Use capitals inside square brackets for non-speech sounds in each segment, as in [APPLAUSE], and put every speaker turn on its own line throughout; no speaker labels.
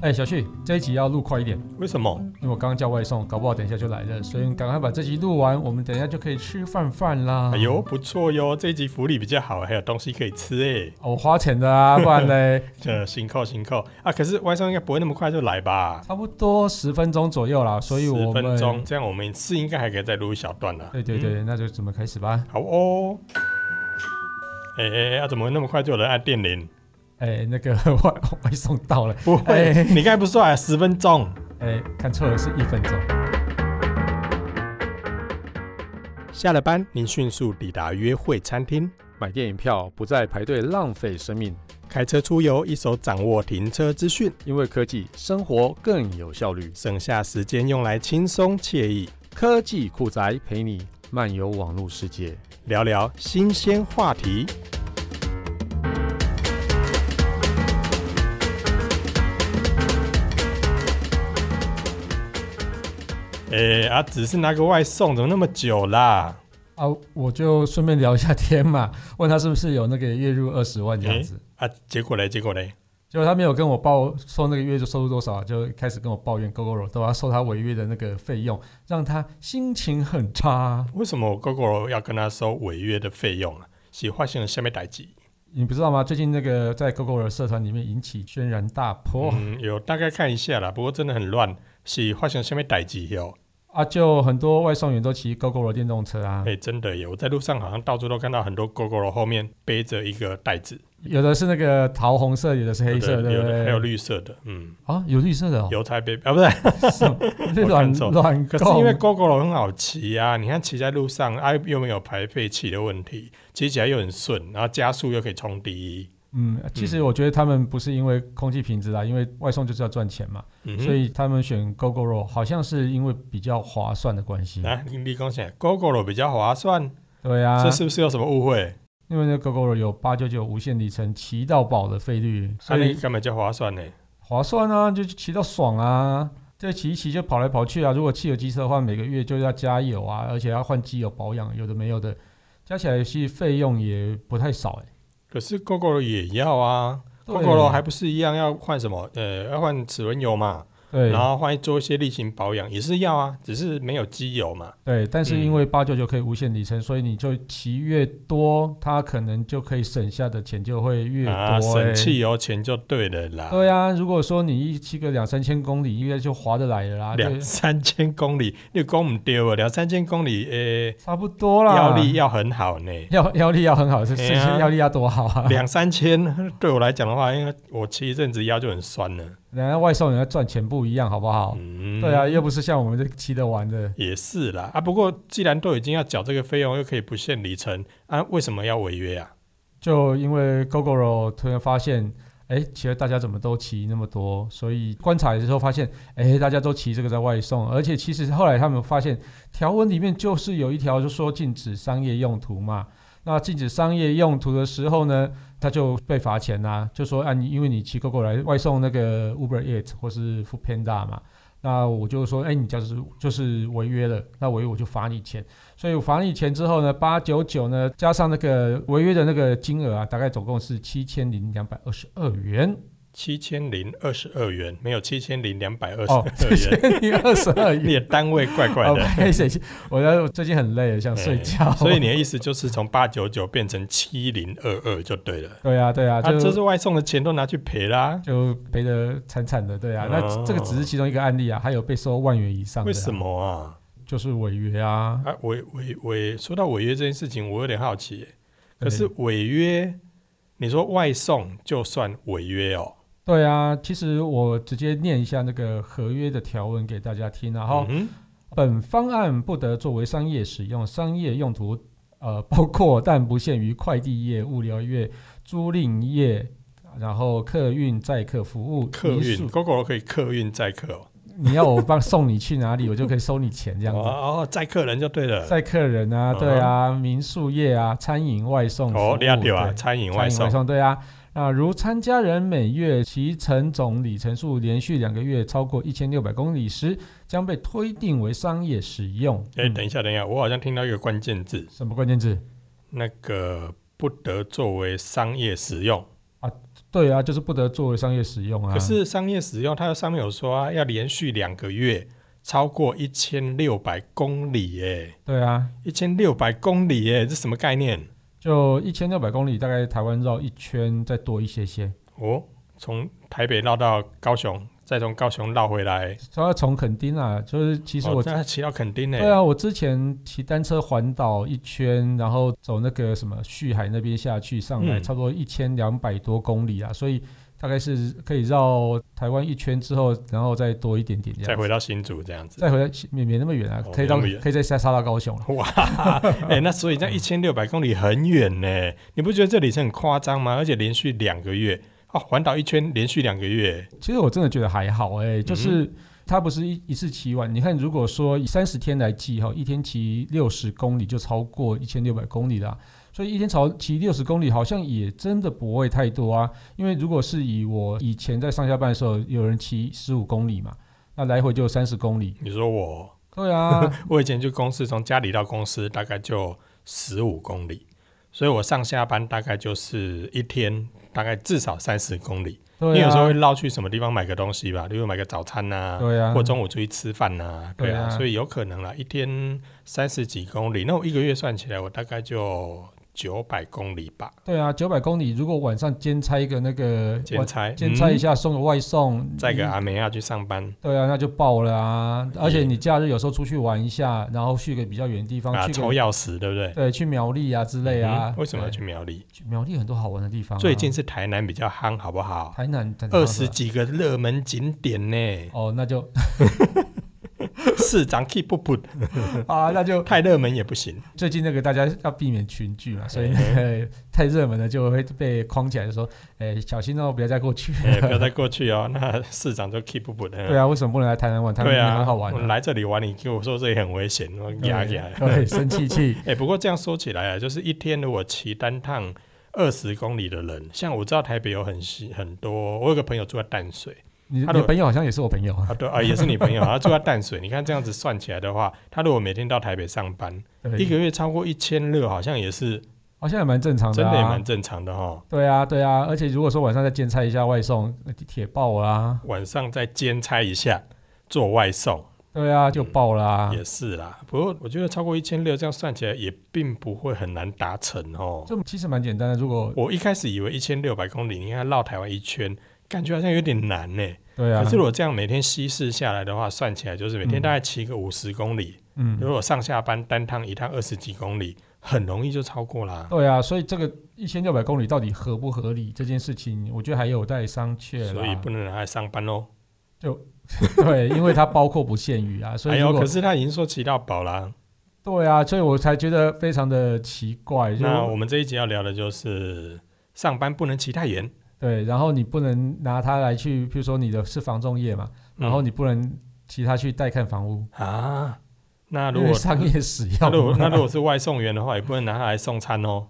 哎、小旭，这一集要录快一点，
为什么？
因为我刚刚叫外送，搞不好等一下就来了，所以你赶快把这集录完，我们等一下就可以吃饭饭啦。
哎呦，不错哟，这一集福利比较好，还有东西可以吃诶。
啊，我花钱的啊，不然嘞，
这辛扣辛扣啊！可是外送应该不会那么快就来吧？
差不多十分钟左右啦，所以我
十
们
分钟，这样我们是应该还可以再录一小段啦。
对对
嗯，
对，那就准备开始吧。
好哦。哎哎哎，啊怎么会那么快就有人按电铃？
哎、那个 [LAUGHS] 外外送到了，
不会，
哎
你刚才不是说还十分钟？
哎、看错了是一分钟。
下了班，您迅速抵达约会餐厅，
买电影票不再排队浪费生命，
开车出游，一手掌握停车资讯，
因为科技生活更有效率。
省下时间用来轻松惬意，
科技酷宅陪你漫游网络世界。
聊聊新鲜话题。诶、啊，只是拿个外送，怎么那么久啦？
啊，我就顺便聊一下天嘛， [LAUGHS] 问他是不是有那个月入二十万这样子。
啊，结果嘞，结果嘞，
结果他没有跟我报说那个月就收入多少，就开始跟我抱怨 GoGoRo 都要收他违约的那个费用，让他心情很差。
为什么 GoGo 要跟他收违约的费用啊？是发生了下面代志？
你不知道吗？最近那个在 GoGoRo 社团里面引起轩然大波、
嗯，有大概看一下啦，不过真的很乱，是发生了下面代志哟。
啊，就很多外送员都骑 GoGoRo 电动车啊
哎、，真的耶，我在路上好像到处都看到很多 GoGo 后面背着一个袋子。
有的是那个桃红色，有的是黑色，对
有
不
的
对？
还有绿色的，嗯，
啊，有绿色的哦， [LAUGHS]
邮差杯啊，不是，
什么
我
乱
看错
乱
可是因为
购
GoGo 很好骑啊，你看骑在路上啊，又没有排废气的问题，骑起来又很顺，然后加速又可以冲第一，
嗯，其实我觉得他们不是因为空气品质啦，因为外送就是要赚钱嘛，
嗯
所
哼。
以他们选 GoGoRo 好像是因为比较划算的关系。
啊，你你讲起来，GoGo 比较划算，
对啊，
这是不是有什么误会？啊
因为那 GoGoRo 有八九九无限里程，骑到饱的费率，
啊，
所
你
以
干嘛叫划算呢？
划算啊，就骑到爽啊。这骑一骑就跑来跑去啊！如果汽油机车的话，每个月就要加油啊，而且要换机油保养，有的没有的，加起来其实费用也不太少哎、
可是 GoGo 也要啊
对
，GoGo 还不是一样要换什么？呃，要换齿轮油嘛，
对，
然后换做一些例行保养也是要啊，只是没有机油嘛。
对，但是
嗯
因为八九九可以无限里程，所以你就骑越多，它可能就可以省下的钱就会越多、
啊，省
欸
汽油钱就对了啦。
对啊，如果说你一骑个两三千公里，应该就划得来了啦，
两
对
三千公里，你讲唔对啊，两三千公里，诶、
差不多啦。。
腰力要很好呢
腰腰力要很 [LAUGHS] 好，是
哎
是
呀
腰力要多好啊！ [LAUGHS]
两三千对我来讲的话，因为我骑一阵子腰就很酸了。
人家外送人家赚钱不一样，好不好？
嗯
对啊，，又不是像我们这骑得玩的。
也是啦。啊，不过既然都已经要缴这个费用，又可以不限里程，啊，为什么要违约啊？
就因为 GoGoRo 突然发现，哎，其实大家怎么都骑那么多，所以观察的时候发现，哎，大家都骑这个在外送，而且其实后来他们发现条文里面就是有一条就说禁止商业用途嘛。那禁止商业用途的时候呢，他就被罚钱啦、就说啊，你因为你骑 GoGo 来外送那个 Uber Eats 或是 Food Panda 嘛，那我就说，哎，你就是就是违约了，那违约我就罚你钱。所以我罚你钱之后呢，八九九呢加上那个违约的那个金额啊，大概总共是七千零两百二十二元
七千零二十二元，没有七千零两百二十
哦，
二
七
元， [LAUGHS]
千零二十二
你
元。
的单位怪怪
哦，
的。哎
拍谁？我要我最近很累了，想睡觉。
所以你的意思就是从八九九变成七零二二就对了。
对啊，对啊，
啊，这
就是
外送的钱都拿去赔啦。
就赔得惨惨的，对啊。那
哦
这个只是其中一个案例啊，还有被收万元以上的、
为什？么啊？
就是违约啊。
啊，违违违，说到违约这件事情，我有点好奇耶。可
对
是违约，你说外送就算违约哦？
对啊，其实我直接念一下那个合约的条文给大家听啊。哈、
嗯
本方案不得作为商业使用，商业用途呃 [LAUGHS] 包括但不限于快递业、物流业、租赁业，然后客运载客服务、
哼，客
民宿
运，GoGo 可以客运载客哦。
你要我帮送你去哪里，我就可以收你钱这样子。
哦，哦载客人就对了。
载客人啊，对啊，民宿业啊，餐饮外送服务，
哦，俩丢啊，
对
餐饮
餐
外
饮
送。
对啊。那如参加人每月骑乘总里程数连续两个月超过一千六百公里时，将被推定为商业使用。
哎，
嗯
等一下，等一下，我好像听到一个关键字，
什么关键字？
那个不得作为商业使用。
对啊，就是不得作为商业使用啊。
可是商业使用，它上面有说啊，要连续两个月超过一千六百公里，哎，
对啊，
一千六百公里，哎，这什么概念？
就一千六百公里，大概台湾绕一圈再多一些些。
哦，从台北绕到高雄，再从高雄绕回来，哦
主要从垦丁啊，就是其
其
实我、
那骑到垦丁呢，
对啊，我之前骑单车环岛一圈，然后走那个什么旭海那边下去，上来
嗯
差不多一千两百多公里啊，所以大概是可以绕台湾一圈之后，然后再多一点点这样子，
再回到新竹这样子。
再回来免免那么远啊，
哦
可以到
没那么远
可以再下沙到高雄了。
哇，哎、那所以
嗯
这一千六百公里很远呢，你不觉得这里是很夸张吗？而且连续两个月啊，环岛一圈连续两个月，
其实我真的觉得还好
嗯
哎、就是它不是一一次骑完。你看，如果说以三十天来计哈，一天骑六十公里就超过一千六百公里啦、所以一天朝骑六十公里，好像也真的不会太多啊。因为如果是以我以前在上下班的时候，有人骑十五公里嘛，那来回就三十公里。
你说我，
对
[LAUGHS]
啊，
我以前去公司，从家里到公司大概就十五公里，所以我上下班大概就是一天大概至少三十公里。
对
你有时候会
啊，
绕去什么地方买个东西吧，例如买个早餐呐、
对啊
或，中午出去吃饭呐、对
对啊
啊，所以有可能啦，一天三十几公里，那我一个月算起来，我大概就九百公里吧，
对啊，九百公里，如果晚上兼差一个那个
兼
晚
差，
兼差一
嗯
下嗯送个外送，
载
你
个阿梅亚去上班
对啊，那就爆了啊！而且
也
你假日有时候出去玩一下，然后去个比较远的地方，
啊，
去
抽
个
钥匙，对不对？
对，去苗栗啊之类啊。
嗯为什么要
对
去苗栗？
去苗栗？很多好玩的地方啊、
最近是台南比较夯，好不好？
台南等等，
二十几个热门景点呢
哦，那就 [LAUGHS]
市长 keep 不 put，
啊，那就
太热门也
[LAUGHS]
不行。
最近那个大家要避免群聚
哎
嘛，所以那个太热门的就会被框起来，就说，哎，小心哦，不要再过
[LAUGHS]
去。
哎、不要再过去哦，那市长就 keep 不 put。
对啊，为什么不能来台南玩？台
对
南
啊，
很好玩、
我来这里玩，你跟我说这里很危险，我压起来。
对，生气气。
哎、不过这样说起来啊，就是一天如果骑单趟二十公里的人，像我知道台北有很西很多，我有个朋友住在淡水，
你
他
你
的
朋友好像也是我朋友啊。
啊对啊也是你朋友，
[LAUGHS]
他住在淡水，你看这样子算起来的话，他如果每天到台北上班，
对
一个月超过一千六，好像也是
好像也蛮正常的、
真
啊，
的也蛮正常的哈。
对啊，对啊，而且如果说晚上再兼差一下外送，那铁爆啦、
晚上再兼差一下做外送、
对啊，就爆啦、
嗯也是啦，不过我觉得超过一千六这样算起来也并不会很难达成哦。
这其实蛮简单的，如果
我一开始以为一千六百公里，你看绕台湾一圈，感觉好像有点难呢、
对啊，
可是如果这样每天稀释下来的话，算起来就是每天大概骑个五十公里，
嗯，
如果上下班单趟一趟二十几公里，很容易就超过啦。
对啊，所以这个一千六百公里到底合不合理这件事情，我觉得还有待商榷啦。
所以不能拿来上班哦喽。
[LAUGHS] 对，因为它包括不限于啊，所
哎
以如
呦，
果、
可是他已经说骑到饱啦。
对啊，所以我才觉得非常的奇怪，就
那我们这一集要聊的就是上班不能骑太远，
对，然后你不能拿它来去，譬如说你的是房仲业嘛，然后
嗯
你不能其他去代看房屋，
啊，那如
因为
果
商业使
那如
用
果
嘛。
那如果是外送员的话，也不能拿它来送餐哦。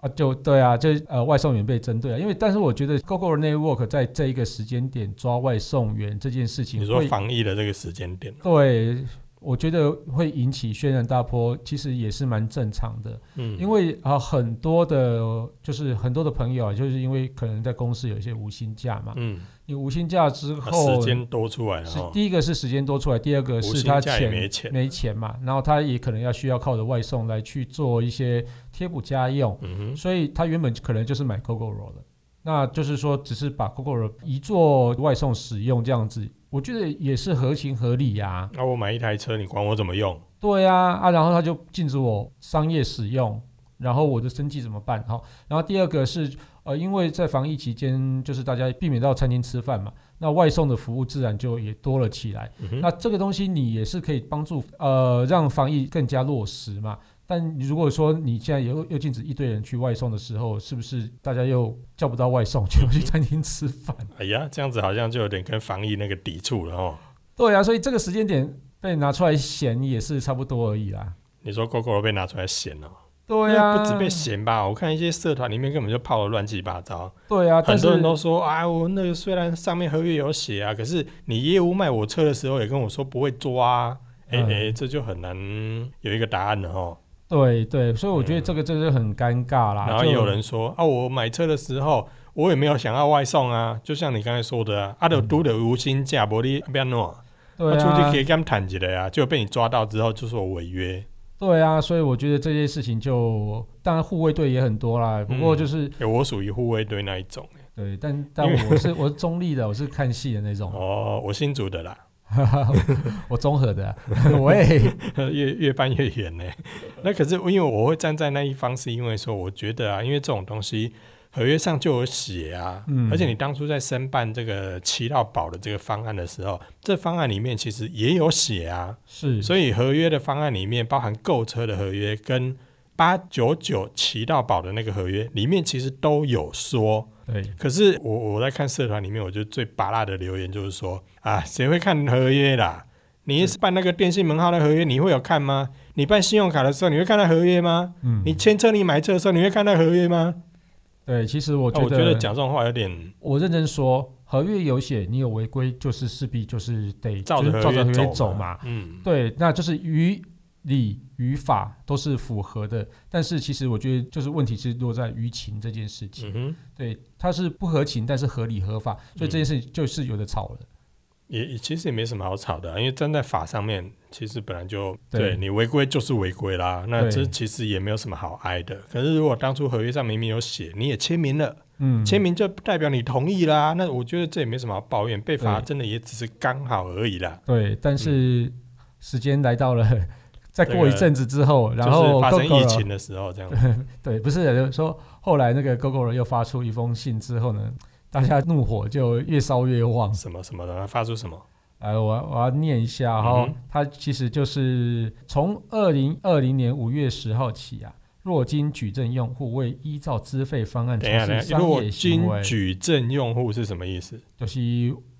啊，就对啊，就呃外送员被针对啊，因为但是我觉得 GoGo Network 在这一个时间点抓外送员这件事情
你
会，
说防疫的这个时间点，
对，我觉得会引起轩然大波，其实也是蛮正常的，
嗯，
因为啊、很多的，就是很多的朋友啊，就是因为可能在公司有一些无薪假嘛，
嗯，
你无薪假之
啊
后，
时间多出来了
是
哦。
第一个是时间多出来，第二个
无
是
薪
他
假也
钱
没钱
嘛，然后他也可能要需要靠着外送来去做一些贴补家用。
嗯哼，
所以他原本可能就是买 GoGoRo 的，那就是说只是把 GoGoRo 移做外送使用这样子，我觉得也是合情合理呀、
那啊我买一台车，你管我怎么用？
对呀、啊，然后他就禁止我商业使用，然后我的生计怎么办？好，然后第二个是呃，因为在防疫期间，就是大家避免到餐厅吃饭嘛，那外送的服务自然就也多了起来。
嗯哼
那这个东西你也是可以帮助呃让防疫更加落实嘛。但如果说你现在又又禁止一堆人去外送的时候，是不是大家又叫不到外送，就去餐厅吃饭？ [LAUGHS]
哎呀，这样子好像就有点跟防疫那个抵触了哦。
对啊，所以这个时间点被拿出来嫌也是差不多而已啦。
你说 GoGo 被拿出来嫌哦？
对啊，
不止被嫌吧，我看一些社团里面根本就泡的乱七八糟，
对啊，但
很
是
多人都说啊，我那个虽然上面合约有写啊，可是你业务卖我车的时候也跟我说不会抓啊，哎、
嗯
哎、这就很难有一个答案了哦。
对对，所以我觉得这个真是很尴尬啦。
嗯然后
就
啊也有人说啊，我买车的时候我也没有想要外送啊，就像你刚才说的啊，啊，都
嗯
都得无薪假，无你不要弄，
对
他
啊，
出去可以跟他们谈起来啊，就被你抓到之后就说我违约，
对啊，所以我觉得这些事情就当然护卫队也很多啦，不过就是、
欸我属于护卫队那一种、欸
对，但但我是 [LAUGHS] 我是中立的，我是看戏的那种，
哦，我新竹的啦， [LAUGHS]
[LAUGHS] 我综合的、啊，喂，
越越搬越远呢、 [LAUGHS] 欸那可是因为我会站在那一方，是因为说我觉得啊，因为这种东西合约上就有写啊，
嗯
而且你当初在申办这个七到保的这个方案的时候，这方案里面其实也有写啊，
是，
所以合约的方案里面包含购车的合约跟八九九骑到宝的那个合约里面，其实都有说。
对，
可是我我在看社团里面，我觉得最拔辣的留言就是说啊，谁会看合约啦？你是办那个电信门号的合约，你会有看吗？你办信用卡的时候，你会看到合约吗？
嗯，
你签车、你买车的时候，你会看到合约吗？
对，其实我
啊
觉
我
得，
觉得讲这种话有点
我认真说，合约有写，你有违规，就是势必就是得
照
就
着
是照
合
着合约
约
走嘛
嘛，。嗯，
对，那就是于理于法都是符合的，但是其实我觉得就是问题是落在于情这件事情，
嗯哼。
对，它是不合情，但是合理合法，所以这件事情就是有的吵了。
也也其实也没什么好吵的啊、因为站在法上面，其实本来就
对
对你违规就是违规啦，那
对
这其实也没有什么好挨的。可是如果当初合约上明明有写，你也签名了，
嗯，
签名就代表你同意啦，那我觉得这也没什么好抱怨，被罚
对
真的也只是刚好而已啦。
对，但是时间来到了，再
嗯这
过一
个
阵子之后，然
就是
后啊
发生
Gogoro-
疫情的时候
[LAUGHS]
这样，
对，不是就是说后来那个 GoGo 又发出一封信之后呢，大家怒火就越烧越旺。
什么什么的，发出
[LAUGHS]
什么，
来，我要我要念一下哈、
嗯哼
它其实就是从二零二零年五月十号起啊，若经举证用户未依照资费方案从
等一下等
事
一下，如
商
果
业行为
经，举证用户是什么意思？
就是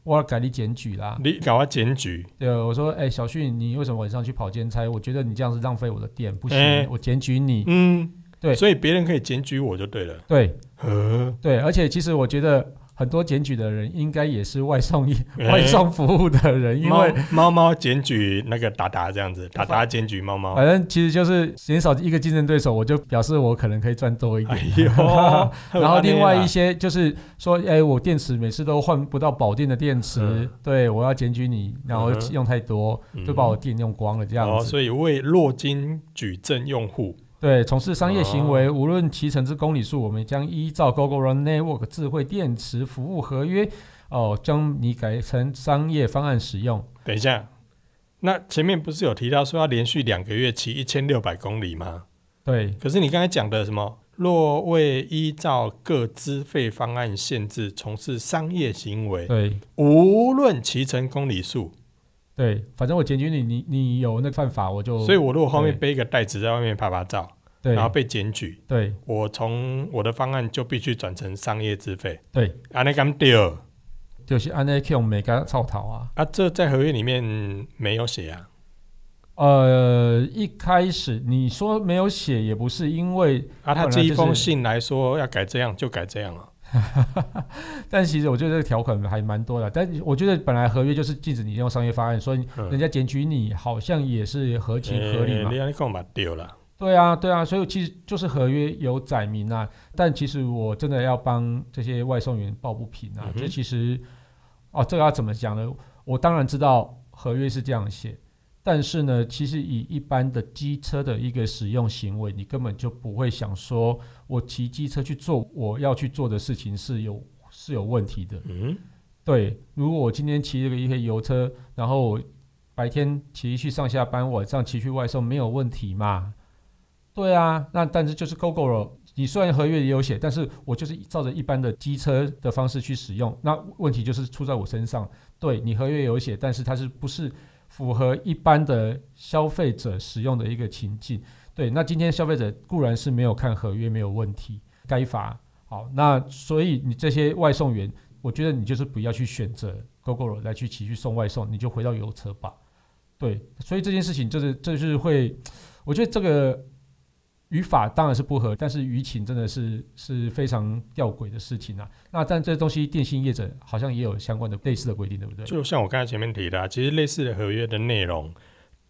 我要改你检举啦。
你搞到检举，
对，我说，哎、小旭，你为什么晚上去跑兼差？我觉得你这样是浪费我的店，不行，
哎
我检举你。
嗯，
对
所以别人可以检举我就对了，
对，
呃，
对，而且其实我觉得很多检举的人应该也是外送业、
哎
[LAUGHS] 外送服务的人，因
猫
为
猫猫检举那个达达这样
[LAUGHS]
子，达达检举猫猫。
反正其实就是减少一个竞争对手，我就表示我可能可以赚多一
哎
点。，
呦
[LAUGHS] 然后另外一些就是说，哎，我电池每次都换不到保电的电池，
嗯
[LAUGHS] 对我要检举你，然后
嗯哼
用太多、就把我电用光了这
这
样
啊哦，
子。
所以为落金举证用户，
对，从事商业行
哦
为，无论其成之公里数，我们将依照 Google Run Network 智慧电池服务合约，哦，将你改成商业方案使用。
等一下，那前面不是有提到说要连续两个月骑一千六百公里吗？
对，
可是你刚才讲的什么？若未依照各资费方案限制从事商业行为，
对
无论骑乘公里数，
对，反正我检举你，你你有那个犯法，我就
所以我如果后面
哦对
背一个袋子在外面拍拍照，
对
然后被检举，
对
我从我的方案就必须转成商业自费。
对，
啊，那敢丢
就是按那 Q 每个操逃啊。
啊？这在合约里面没有写啊。
呃，一开始你说没有写也不是因为，
啊，
本
他
来
这一
就是
封信来说要改这样就改这样了。
但其实我觉得这个条款还蛮多的。但我觉得本来合约就是禁止你用商业方案，所以
嗯
人家检举你好像也是合情合理嘛
欸。你要干嘛丢了？
对啊，对啊，所以其实就是合约有载明啊，但其实我真的要帮这些外送员抱不平啊
嗯。哼
这、其实，哦，这个要怎么讲呢？我当然知道合约是这样写，但是呢，其实以一般的机车的一个使用行为，你根本就不会想说我骑机车去做我要去做的事情是有是有问题的。
嗯，
对，如果我今天骑这个一黑油车，然后我白天骑去上下班，晚上骑去外送，没有问题嘛？对啊，那但是就是 GoGo 了。你虽然合约也有写，但是我就是照着一般的机车的方式去使用，那问题就是出在我身上。对你合约有写，但是它是不是符合一般的消费者使用的一个情境？对，那今天消费者固然是没有看合约没有问题，该罚。好，那所以你这些外送员，我觉得你就是不要去选择 GoGo 来去骑去送外送，你就回到油车吧。对，所以这件事情就是这就是会，我觉得这个语法当然是不合，但是舆情真的是是非常吊诡的事情啊。那但这东西电信业者好像也有相关的类似的规定，对不对？
就像我刚才前面提的、啊，其实类似的合约的内容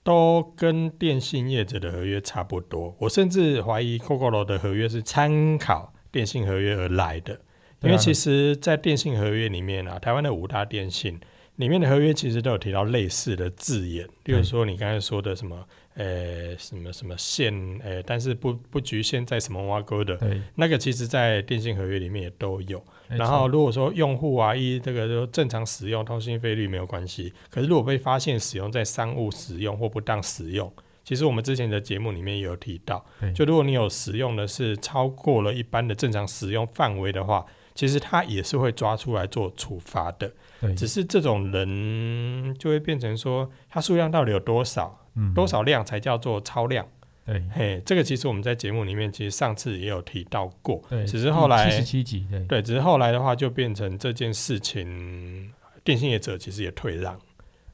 都跟电信业者的合约差不多。我甚至怀疑 c o c o r o 的合约是参考电信合约而来的，因
对啊
为其实，在电信合约里面啊，台湾的五大电信里面的合约其实都有提到类似的字眼，例
嗯
如说你刚才说的什么，呃，什么什么限，呃，但是不不局限在什么挖沟的，
对，
那个其实，在电信合约里面也都有。
没
然
错
后如果说用户啊，依这个就正常使用通信费率没有关系，可是如果被发现使用在商务使用或不当使用，其实我们之前的节目里面也有提到
对，
就如果你有使用的是超过了一般的正常使用范围的话，其实它也是会抓出来做处罚的。
对，
只是这种人就会变成说，它数量到底有多少，
嗯
多少量才叫做超量？
对
嘿，这个其实我们在节目里面其实上次也有提到过，
对，
只是后来
七十七集对
对，只是后来的话就变成这件事情，电信业者其实也退让，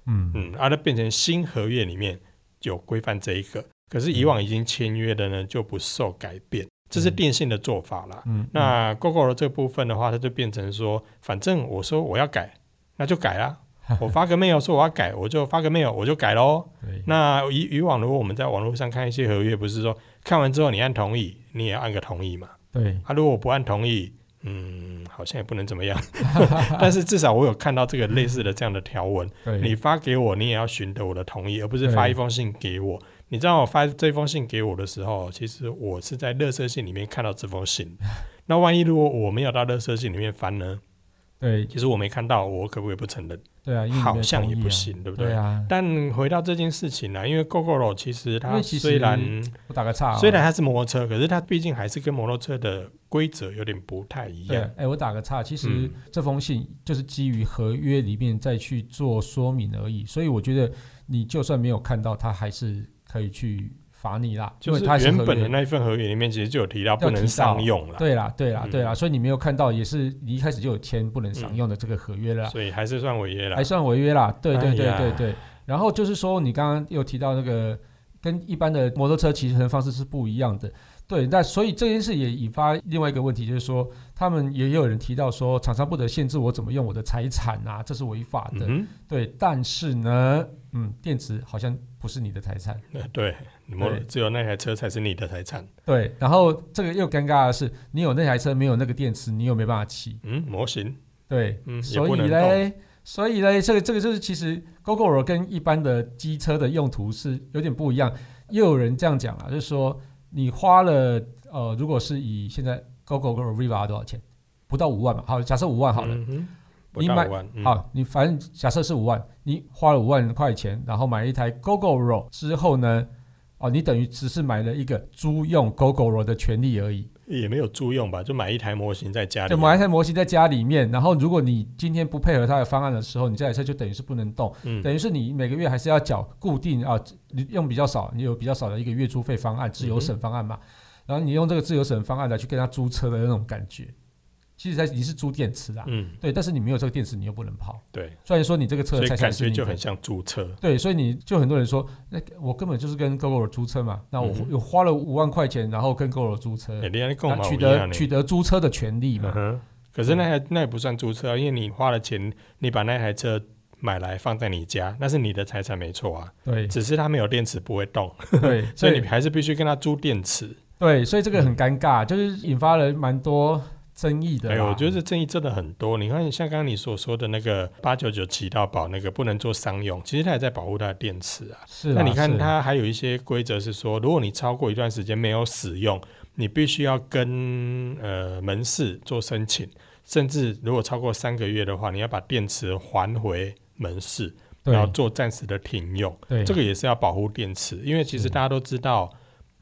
嗯
嗯，而、啊、它变成新合约里面有规范这一个，可是以往已经签约的呢就不受改变，这是
嗯
电信的做法啦。
嗯，嗯
那 GoGo 的这部分的话，它就变成说，反正我说我要改，那就改啦。我发个 mail 说我要改，我就发个 mail，我就改喽。
对
那以以往如果我们在网络上看一些合约，不是说看完之后你按同意，你也按个同意嘛？
对
啊，如果我不按同意，嗯，好像也不能怎么样。 [LAUGHS] 但是至少我有看到这个类似的这样的条文，
对，
你发给我，你也要寻得我的同意，而不是
对
发一封信给我。你知道我发这封信给我的时候，其实我是在垃圾信里面看到这
[LAUGHS]
封信。那万一如果我没有到垃圾信里面翻呢？
对
其实我没看到，我可不可以不承认？
对啊，因为你
好
没有
像
同
也
意
不
啊
行对不
对
对
啊，
但回到这件事情呢、啊因为 GoGoRo 其实
因
它
为其实
虽然
我打个岔哦，
虽然它是摩托车，可是它毕竟还是跟摩托车的规则有点不太一
对
样。，
哎，我打个岔，其实
嗯
这封信就是基于合约里面再去做说明而已，所以我觉得你就算没有看到，他还是可以去罚你啦，因
就
为
是
他
原本的
那
那一份合约里面，其实就有提到不能商用了，
对啦，对啦，对啦，
嗯
所以你没有看到，也是你一开始就有签不能享用的这个合约了啦，啊
所以还是算违约了
还。算违约啦。对对
哎
对
呀
对对。然后就是说，你刚刚又提到那个跟一般的摩托车骑乘方式是不一样的。对，那所以这件事也引发另外一个问题，就是说，他们也有人提到说，厂商不得限制我怎么用我的财产啊，这是违法的。
嗯
对，但是呢，嗯，电子好像不是你的财产。
哼，呃对，摩
对
只有那台车才是你的财产。
对，然后这个又尴尬的是，你有那台车没有那个电池，你又没办法骑。
嗯，模型，
对，
嗯，也
所
不
以
能动。
嘞，所以嘞，这个这个就是其实 GoGoRo 跟一般的机车的用途是有点不一样。又有人这样讲啊，就是说你花了呃，如果是以现在 GoGoRo Riva 多少钱？不到五万嘛，好，假设五万好了，
嗯哼，不
你
到
买
五万，嗯，
好，你反正假设是五万，你花了五万块钱，然后买了一台 GoGoRo 之后呢，哦，你等于只是买了一个租用 GoGoRo 的权利而已，
也没有租用吧，就买一台模型在家里。
就买一台模型在家里面，然后如果你今天不配合它的方案的时候，你这台车就等于是不能动。
嗯，
等于是你每个月还是要缴固定啊，你用比较少，你有比较少的一个月租费
嗯
方案，自由省方案嘛。然后你用这个自由省方案来去跟他租车的那种感觉，其实它你是租电池啊，
嗯，
对，但是你没有这个电池，你又不能跑。
对，
虽然说你这个车
所
的
以
财
感
产是
觉
你
就很
的，
像租车。
对，所以你就很多人说，那个我根本就是跟 GoGo 租车嘛，那我
嗯哼
我花了五万块钱，然后跟 GoGo 租车，
哎，你那购
那
买
取
一样
得
呢
取得租车的权利嘛
嗯。哼，可是那台那也不算租车啊，因为你花了钱，你把那台车买来放在你家，那是你的财产没错啊， [LAUGHS]
对
只是它没有电池不会动，
对，
所以
对
你还是必须跟他租电池。
对，所以这个很尴尬，就是引发了蛮多争议的啦。
哎，我觉得这争议真的很多。你看，像刚刚你所说的那个八九九骑到宝那个不能做商用，其实它也在保护它的电池啊。
是
那
啦
你看，
是
它还有一些规则是说，如果你超过一段时间没有使用，你必须要跟呃门市做申请，甚至如果超过三个月的话，你要把电池还回门市，
对
然后做暂时的停用。
对
这个也是要保护电池，因为其实
是
大家都知道，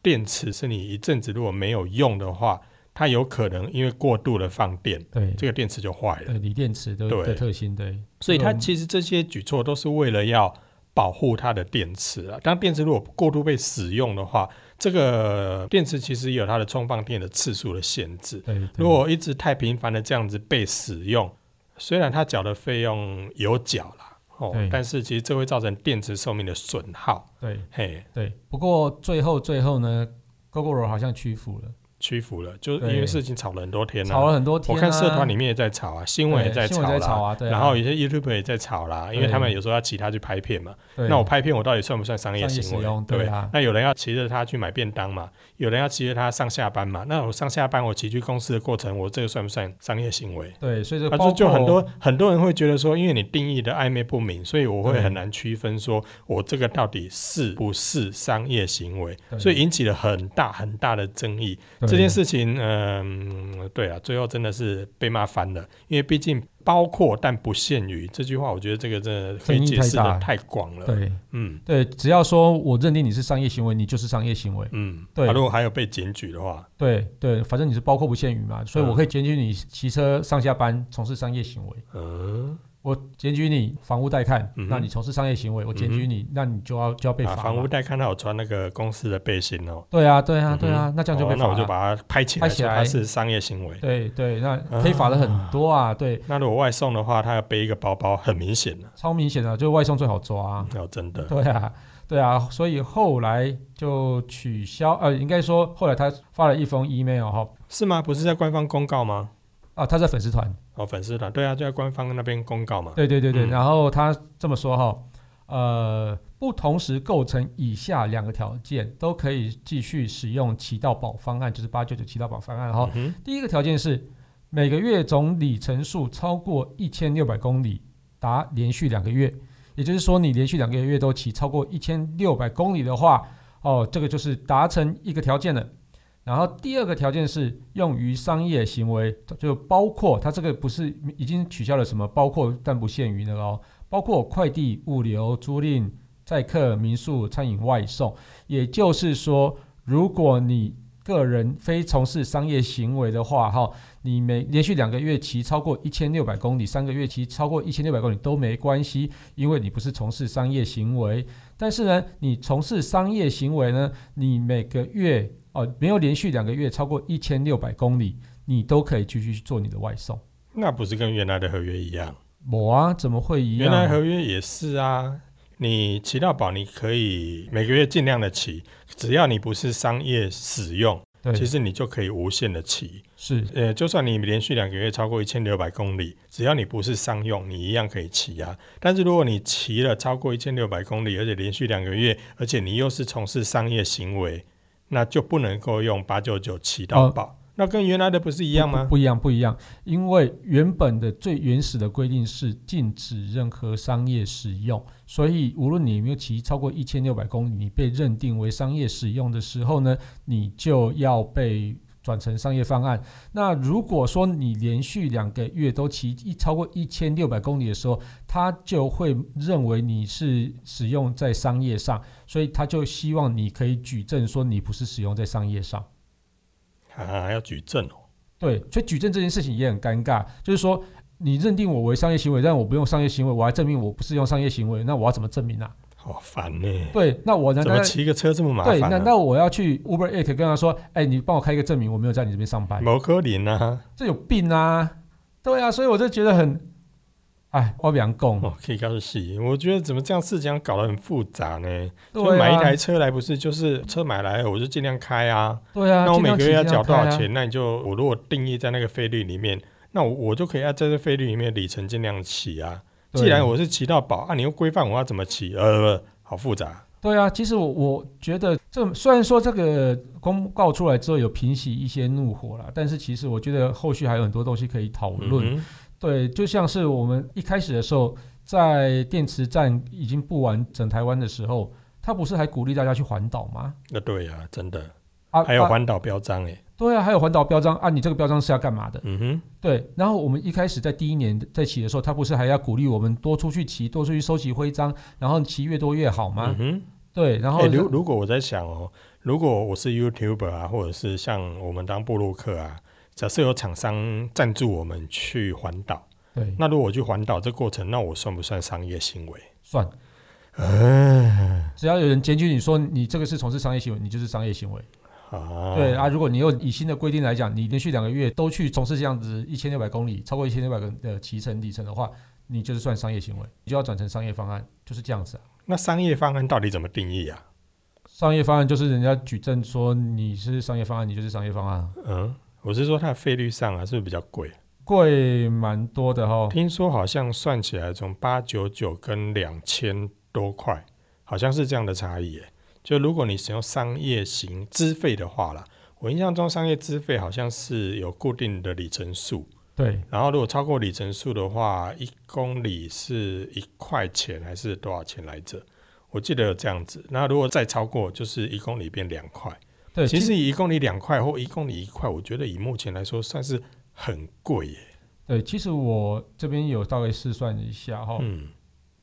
电池是你一阵子如果没有用的话，它有可能因为过度的放电，
对
这个电池就坏了。
对锂电池的
对
的特性，对，
所以它
这种
其实这些举措都是为了要保护它的电池啊。当电池如果过度被使用的话，这个电池其实也有它的充放电的次数的限制。
对，对
如果一直太频繁的这样子被使用，虽然它缴的费用有缴啦，哦
对，
但是其实这会造成电池寿命的损耗。
对
嘿，
对，不过最后最后呢，GoGoRo 好像屈服了，
屈服了，就是
对
因为事情吵了很多天了、
吵了很多天、啊。
我看社团里面也在吵啊，
对新
新闻也在吵
闻
啦，
吵啊，对啊。
然后有些 YouTube 也在吵啦，因为
对
他们有时候要骑它去拍片嘛。
对
那我拍片，我到底算不算商业
商业
行
使
为？
用
对
对
不
啊
那有人要骑着它去买便当嘛，有人要骑着它上下班嘛。那我上下班我骑去公司的过程，我这个算不算商业行为？
对，所以这
啊，
包括
就就很多很多人会觉得说，因为你定义的暧昧不明，所以我会
对
很难区分说我这个到底是不是商业行为，
对
所以引起了很大很大的争议。
对
这件事情，嗯、对啊，最后真的是被骂翻了，因为毕竟包括但不限于这句话，我觉得这个真的可以
争议
解
太
释
大
的
了
太广了。
对
嗯
对，只要说我认定你是商业行为，你就是商业行为。
嗯，
对
啊如果还有被检举的话，
对对，反正你是包括不限于嘛，
嗯
所以我可以检举你骑车上下班从事商业行为，
嗯，
我检举你房屋带看，
嗯哼嗯
那你从事商业行为，我检举你，那你就要就要被
啊，
罚嘛。
房屋贷看到有穿那个公司的背心哦，
对啊对啊对
嗯
啊，那这样就被
哦
罚
那
了。
我就把啊它拍起来，
拍起
说它
来
是商业行为。
对对，那可以罚的很多啊，对，
那如果外送的话，他要背一个包包，很明显了、
超明显啊的，就是外送最好抓、啊。
哦，真的，
[LAUGHS] 对啊，对啊，所以后来就取消，呃，应该说后来他发了一封 email 哈，
是吗？不是在官方公告吗？
啊，他在粉丝团，
哦，粉丝团，对啊，就在官方那边公告嘛。
对对对对，
嗯
然后他这么说哈，呃，不同时构成以下两个条件，都可以继续使用其到保方案，就是八九九其到保方案哈。
嗯
第一个条件是每个月总里程数超过一千六百公里，达连续两个月，也就是说你连续两个月都骑超过一千六百公里的话，哦，这个就是达成一个条件了。然后第二个条件是用于商业行为，就包括它这个不是已经取消了什么，包括但不限于那个哦，包括快递、物流、租赁、载客、民宿、餐饮外送。也就是说，如果你个人非从事商业行为的话，哈，你每连续两个月骑超过一千六百公里，三个月骑超过一千六百公里都没关系，因为你不是从事商业行为。但是呢，你从事商业行为呢，你每个月哦、没有连续两个月超过一千六百公里，你都可以继续去做你的外送。
那不是跟原来的合约一样？
我啊，怎么会一
原来
样？
合约也是啊。你骑到宝，你可以每个月尽量的骑，只要你不是商业使用，
对，
其实你就可以无限的骑。
是
呃，就算你连续两个月超过一千六百公里，只要你不是商用，你一样可以骑啊。但是如果你骑了超过一千六百公里，而且连续两个月，而且你又是从事商业行为，那就不能够用八九九骑到
哦
饱。那跟原来的不是一样
不
吗？
不一样，不一样，因为原本的最原始的规定是禁止任何商业使用，所以无论你有没有骑超过一千六百公里，你被认定为商业使用的时候呢，你就要被。转成商业方案。那如果说你连续两个月都骑一超过一千六百公里的时候，他就会认为你是使用在商业上，所以他就希望你可以举证说你不是使用在商业上。
啊，要举证哦。
对，所以举证这件事情也很尴尬，就是说你认定我为商业行为，但我不用商业行为，我还证明我不是用商业行为，那我要怎么证明啊？
好烦呢、
对，那我难
怎
道
么骑个车这么麻
对？
烦、
难
啊？
道我要去 Uber Eat 跟他说，哎，你帮我开一个证明，我没有在你这边上班，
某科林啊，
这有病啊？对啊，所以我就觉得很，哎，我两供，
哦，可以告诉戏，我觉得怎么这样事情搞得很复杂呢？
对
就
啊，
买一台车来，不是就是车买来了我就尽量开啊，
对啊，
那我
尽
每
量
个月要
骑这
缴
样
多少
开啊？
钱？那你就我如果定义在那个费率里面，那我我就可以按在这费率里面里程尽量骑啊。
对
既然我是骑到饱啊，你又规范我要怎么骑，呃，好复杂。
对啊，其实我我觉得这虽然说这个公告出来之后有平息一些怒火啦，但是其实我觉得后续还有很多东西可以讨论。
嗯哼
对，就像是我们一开始的时候，在电池站已经布完整台湾的时候，他不是还鼓励大家去环岛吗？
那对啊，真的，
啊，
还有
啊
环岛标章哎、
对啊，还有环岛标章啊，你这个标章是要干嘛的？
嗯哼，
对，然后我们一开始在第一年在骑的时候，他不是还要鼓励我们多出去骑，多出去收集徽章，然后骑越多越好吗？
嗯哼。
对，啊然后
哎、
就、
如如果我在想哦，如果我是 YouTuber 啊，或者是像我们当布洛克啊，假设有厂商赞助我们去环岛，
对
那如果我去环岛这过程，那我算不算商业行为？
算，
哎
只要有人检举你说你这个是从事商业行为，你就是商业行为。
啊，
对啊，如果你又以新的规定来讲，你连续两个月都去从事这样子一千六百公里，超过一千六百个的骑乘里程的话，你就是算商业行为，你就要转成商业方案，就是这样子啊。
那商业方案到底怎么定义啊？
商业方案就是人家举证说你是商业方案，你就是商业方案啊，
嗯，我是说它的费率上啊，是不是比较贵？
贵蛮多的哈。
听说好像算起来从八九九跟两千多块，好像是这样的差异耶。就如果你使用商业型资费的话啦，我印象中商业资费好像是有固定的里程数，
对，
然后如果超过里程数的话，一公里是一块钱还是多少钱来着？我记得有这样子。那如果再超过，就是一公里变两块。
对，
其实以一公里两块或一公里一块，我觉得以目前来说算是很贵耶。
对，其实我这边有大概试算一下哈，
嗯，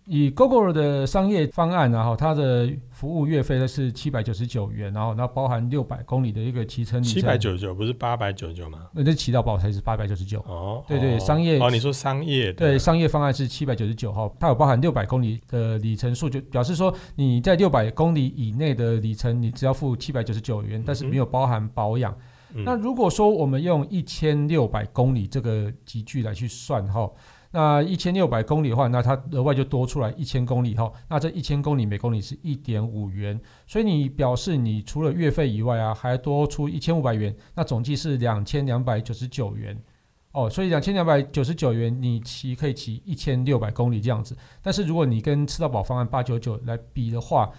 以 GoGo 的商业方案、然后它的服务月费呢是七百九十九元，然后那包含六百公里的一个骑乘里
七
程，
百九十九不是八百九十九吗？
呃，那骑到爆才是八百九十九。
哦，
对对
哦
商业
哦，你说商业的
对，商业方案是七百九十九号，它有包含六百公里的里程数，就表示说你在六百公里以内的里程，你只要付七百九十九元，但是没有包含保养。
嗯
那如果说我们用一千六百公里这个集距来去算哈，那一千六百公里的话，那它额外就多出来一千公里哈，那这一千公里每公里是一点五元，所以你表示你除了月费以外啊，还多出一千五百元，那总计是两千两百九十九元。哦，所以两千两百九十九元，你骑可以骑一千六百公里这样子。但是如果你跟吃到饱方案八九九来比的话，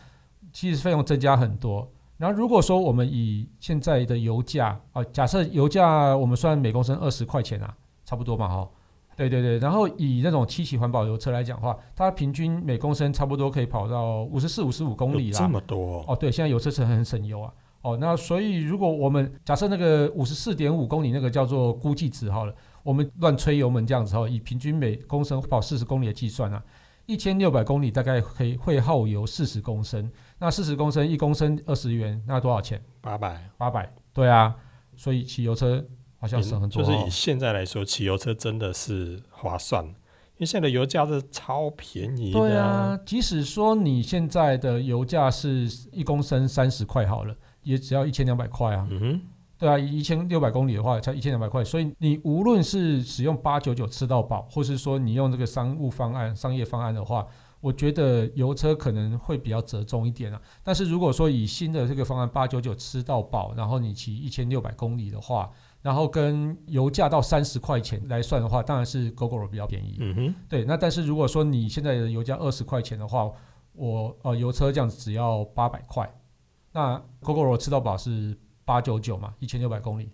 其实费用增加很多。然后如果说我们以现在的油价啊、假设油价我们算每公升二十块钱啊，差不多嘛哈、对对对，然后以那种七期环保油车来讲的话，它平均每公升差不多可以跑到五十四、五十五公里
有
啦。
这么多哦
哦，对，现在油车是很省油啊。哦，那所以如果我们假设那个五十四点五公里那个叫做估计值好了，我们乱吹油门这样子哦，以平均每公升跑四十公里的计算啊，一千六百公里大概可以会耗油四十公升。那四十公升一公升二十元，那多少钱？
八百，
八百。对啊，所以骑油车好像省很多、
就
哦
是以现在来说，汽油车真的是划算，因为现在的油价是超便宜的、
对啊，即使说你现在的油价是一公升三十块好了，也只要一千两百块啊。
嗯哼，
对啊，一千六百公里的话才一千两百块，所以你无论是使用八九九吃到饱，或是说你用这个商务方案、商业方案的话，我觉得油车可能会比较折中一点啊。但是如果说以新的这个方案八九九吃到饱，然后你骑一千六百公里的话，然后跟油价到三十块钱来算的话，当然是 GoGo 比较便宜。
嗯哼，
对，那但是如果说你现在的油价二十块钱的话，我呃油车这样子只要八百块，那 GoGo 吃到饱是八九九嘛，一千六百公里。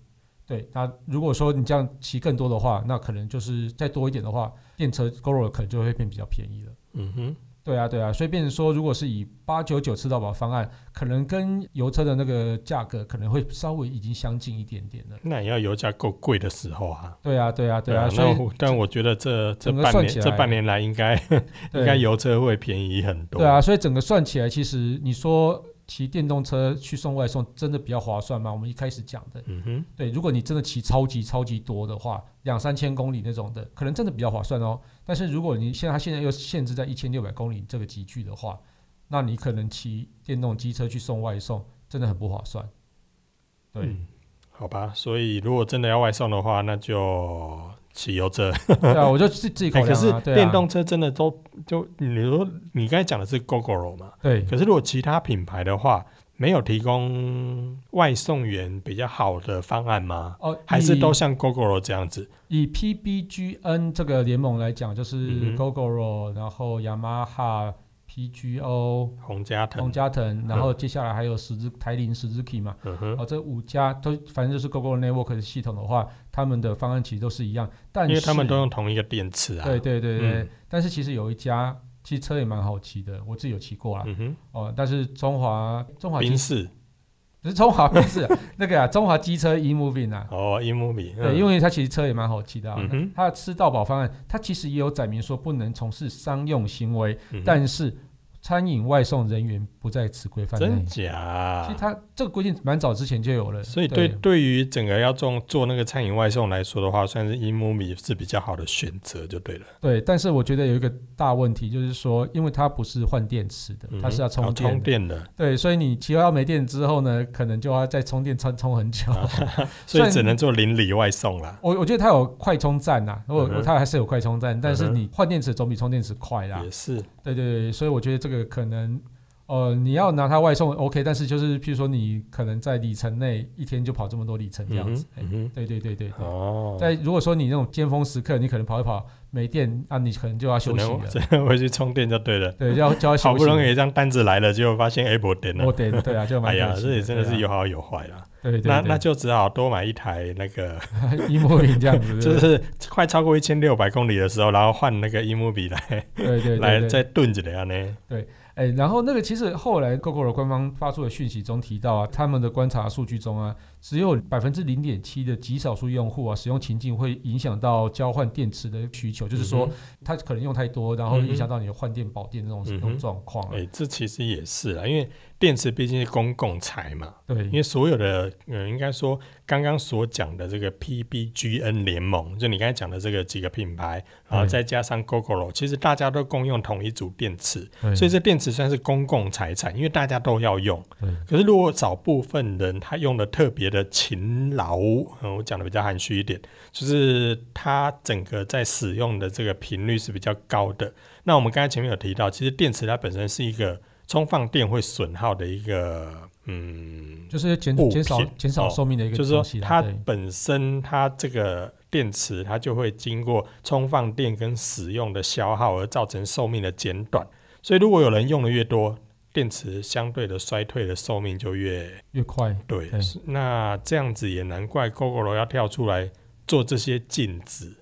对，那如果说你这样骑更多的话，那可能就是再多一点的话，电车 GoGo 可能就会变比较便宜了。
嗯哼，
对啊，对啊，所以变成说，如果是以八九九吃到饱方案，可能跟油车的那个价格可能会稍微已经相近一点点了。
那也要油价够贵的时候啊。
对啊，对啊，对啊，所
那
以
我但我觉得这这
整个
半
算
年
起
这
来
半年来应该应
[LAUGHS] 对
该油车会便宜很多。
对啊，所以整个算起来，其实你说骑电动车去送外送真的比较划算吗？我们一开始讲的，
嗯哼，
对，如果你真的骑超级超级多的话，两三千公里那种的，可能真的比较划算哦。但是如果你现在它现在又限制在一千六百公里这个集距的话，那你可能骑电动机车去送外送，真的很不划算。对，
嗯好吧，所以如果真的要外送的话，那就骑油车。
对啊，我就自自己考
哎可
量
是
啊。对啊，
电动车真的都就你说你刚才讲的是 GoGoRo 嘛？
对啊
可是如果其他品牌的话，没有提供外送员比较好的方案吗？
哦，
还是
以
都像 GoGoRo 这样子？
以 PBGN 这个联盟来讲，就是
嗯哼
GoGoRo，、然后 Yamaha、PGO。
洪家腾
洪，家腾，然后接下来还有十字台铃、十字 K 嘛，
嗯哼，
哦，这五家都反正就是 Google Network 的系统的话，他们的方案其实都是一样，但是
因为他们都用同一个电池啊。
对对对对，
嗯
但是其实有一家其实车也蛮好骑的，我自己有骑过啦，
嗯
哦，但是中华中华
哼，
机
宾士
[LAUGHS] 不是中华不是那个啊，中华机车 e moving 啊，
哦，伊姆比，
对，因为它其实车也蛮好骑的、啊
嗯哼，
它的吃到饱方案，它其实也有载明说不能从事商用行为，
嗯哼
但是餐饮外送人员不在此规范内
真。假
其实？它这个规定蛮早之前就有了，
所以对对于整个要做做那个餐饮外送来说的话，算是 eMovie 是比较好的选择就对了。
对，但是我觉得有一个大问题，就是说，因为它不是换电池的，
嗯哼
它是要充
哦
电的，
充电的，
对，所以你骑到没电之后呢，可能就要再充电充充很
[LAUGHS]
久。虽
所
然
以只能做邻里外送啦。
我我觉得它有快充站呐、我、
嗯哼
它还是有快充站，但是
嗯哼
你换电池总比充电池快啦。啊
也是，
对对对，所以我觉得这个可能呃，你要拿它外送 OK，但是就是譬如说你可能在里程内一天就跑这么多里程这样子。哎
嗯哼，
对对对对
嗯哼
对。
哦，
在如果说你那种尖峰时刻，你可能跑一跑没电，那、你可能就要
只
休息
能
了。
只能回去充电就对了。
对，就要就
[LAUGHS]
要休息了。
好不容易一张单子来了，结果发现 Apple 点
我
了，
得对啊，就蛮
哎呀，
可惜
这也真的
对啊
是有好有坏啦。
对对对，
那那就只好多买一台那个，
[LAUGHS] 一模一样这样
[LAUGHS]
子，对
就
不
是快超过一千六百公里的时候，然后换那个伊木比来
对对对
来
对
再炖几下呢。
哎，然后那个其实后来 GoGo 的官方发出的讯息中提到啊，他们的观察数据中啊，只有百分之零点七的极少数用户啊，使用情境会影响到交换电池的需求，就是说
嗯哼
它可能用太多，然后
嗯哼
影响到你的换电保电这种、
嗯哼
这种状况、啊
哎、。这其实也是啦，因为电池毕竟是公共财嘛，
对，
因为所有的，嗯，应该说刚刚所讲的这个 PBGN 联盟，就你刚才讲的这个几个品牌，然后
对
再加上 Gogoro，其实大家都共用同一组电池，
对
所以这电池算是公共财产，因为大家都要用
对。
可是如果少部分人他用的特别的勤劳，嗯，我讲的比较含蓄一点，就是它整个在使用的这个频率是比较高的。那我们刚才前面有提到，其实电池它本身是一个充放电会损耗的一个，嗯，
就是减
物品
减少减少
哦
寿命的一个
就是
东
说
西啦，
它
对
本身它这个电池它就会经过充放电跟使用的消耗而造成寿命的减短，所以如果有人用的越多，电池相对的衰退的寿命就越
越快，
对
对。
那这样子也难怪 GoGo 要跳出来做这些禁止，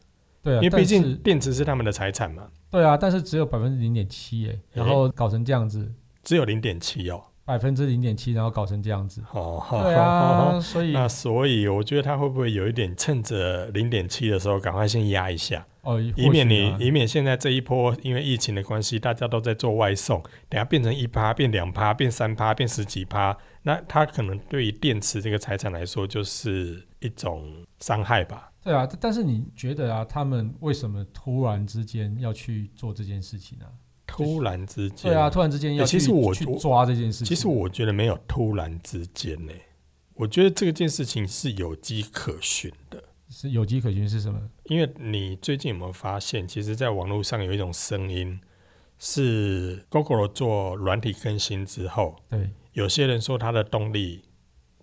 对啊，
因为毕
但
竟
是
电池是他们的财产嘛，
对啊，但是只有百分之零点七哎，然后搞成这样子，
只有零点七哦。
百分之零点七，然后搞成这样子，
哦，
对啊，所以
那所以我觉得他会不会有一点趁着零点七的时候赶快先压一下？
哦，
以免
或许
你
啊，
以免现在这一波因为疫情的关系，大家都在做外送，等下变成一趴、变两趴、变三趴、变十几趴，那它可能对于电池这个财产来说就是一种伤害吧？
对啊，但但是你觉得啊，他们为什么突然之间要去做这件事情呢、
突然之间，
对啊，，突然之间要
欸
去
其实我
去
我
抓这件事情，
其实我觉得没有突然之间呢、我觉得这件事情是有迹可循的。
是有迹可循是什么？
因为你最近有没有发现，其实在网络上有一种声音，是 GoGo 做软体更新之后，
对
有些人说它的动力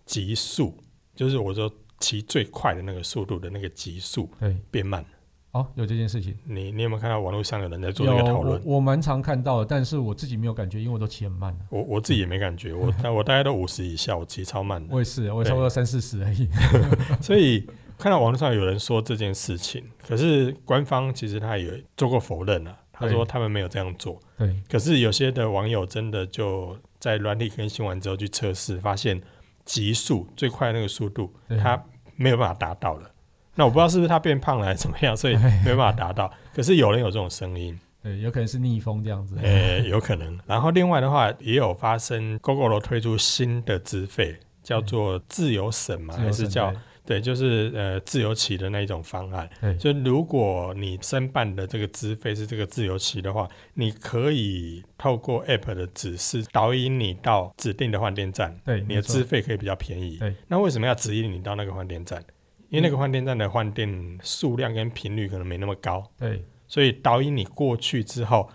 极速，就是我说骑最快的那个速度的那个极速
对，
变慢。
哦，有这件事情。
你你有没有看到网络上有人在做
有
这个讨
我
论？
我蛮常看到的，但是我自己没有感觉，因为我都骑很慢、啊、
我我自己也没感觉，
[LAUGHS]
我但我大概都五十以下，我骑超慢的。
我也是，啊我也差不多三四十而已。 [LAUGHS]
所以看到网络上有人说这件事情，可是官方其实他也做过否认了、啊他说
对
他们没有这样做。
对
可是有些的网友真的就在软体更新完之后去测试，发现极速最快的那个速度
对，
他没有办法达到了。那我不知道是不是他变胖了还是怎么样，所以
哎
没有办法达到。可是有人有这种声音，
对，有可能是逆风这样子。
呃、有可能。然后另外的话，也有发生 GoGo 推出新的资费，叫做自由审嘛，
自由
还是
神
叫
对
对，就是呃自由骑的那一种方案。
对
就如果你申办的这个资费是这个自由骑的话，你可以透过 App 的指示导引你到指定的换电站，
对
你
没
的
错
资费可以比较便宜
对。
那为什么要指引你到那个换电站？因为那个换电站的换电数量跟频率可能没那么高，
对
所以导引你过去之后，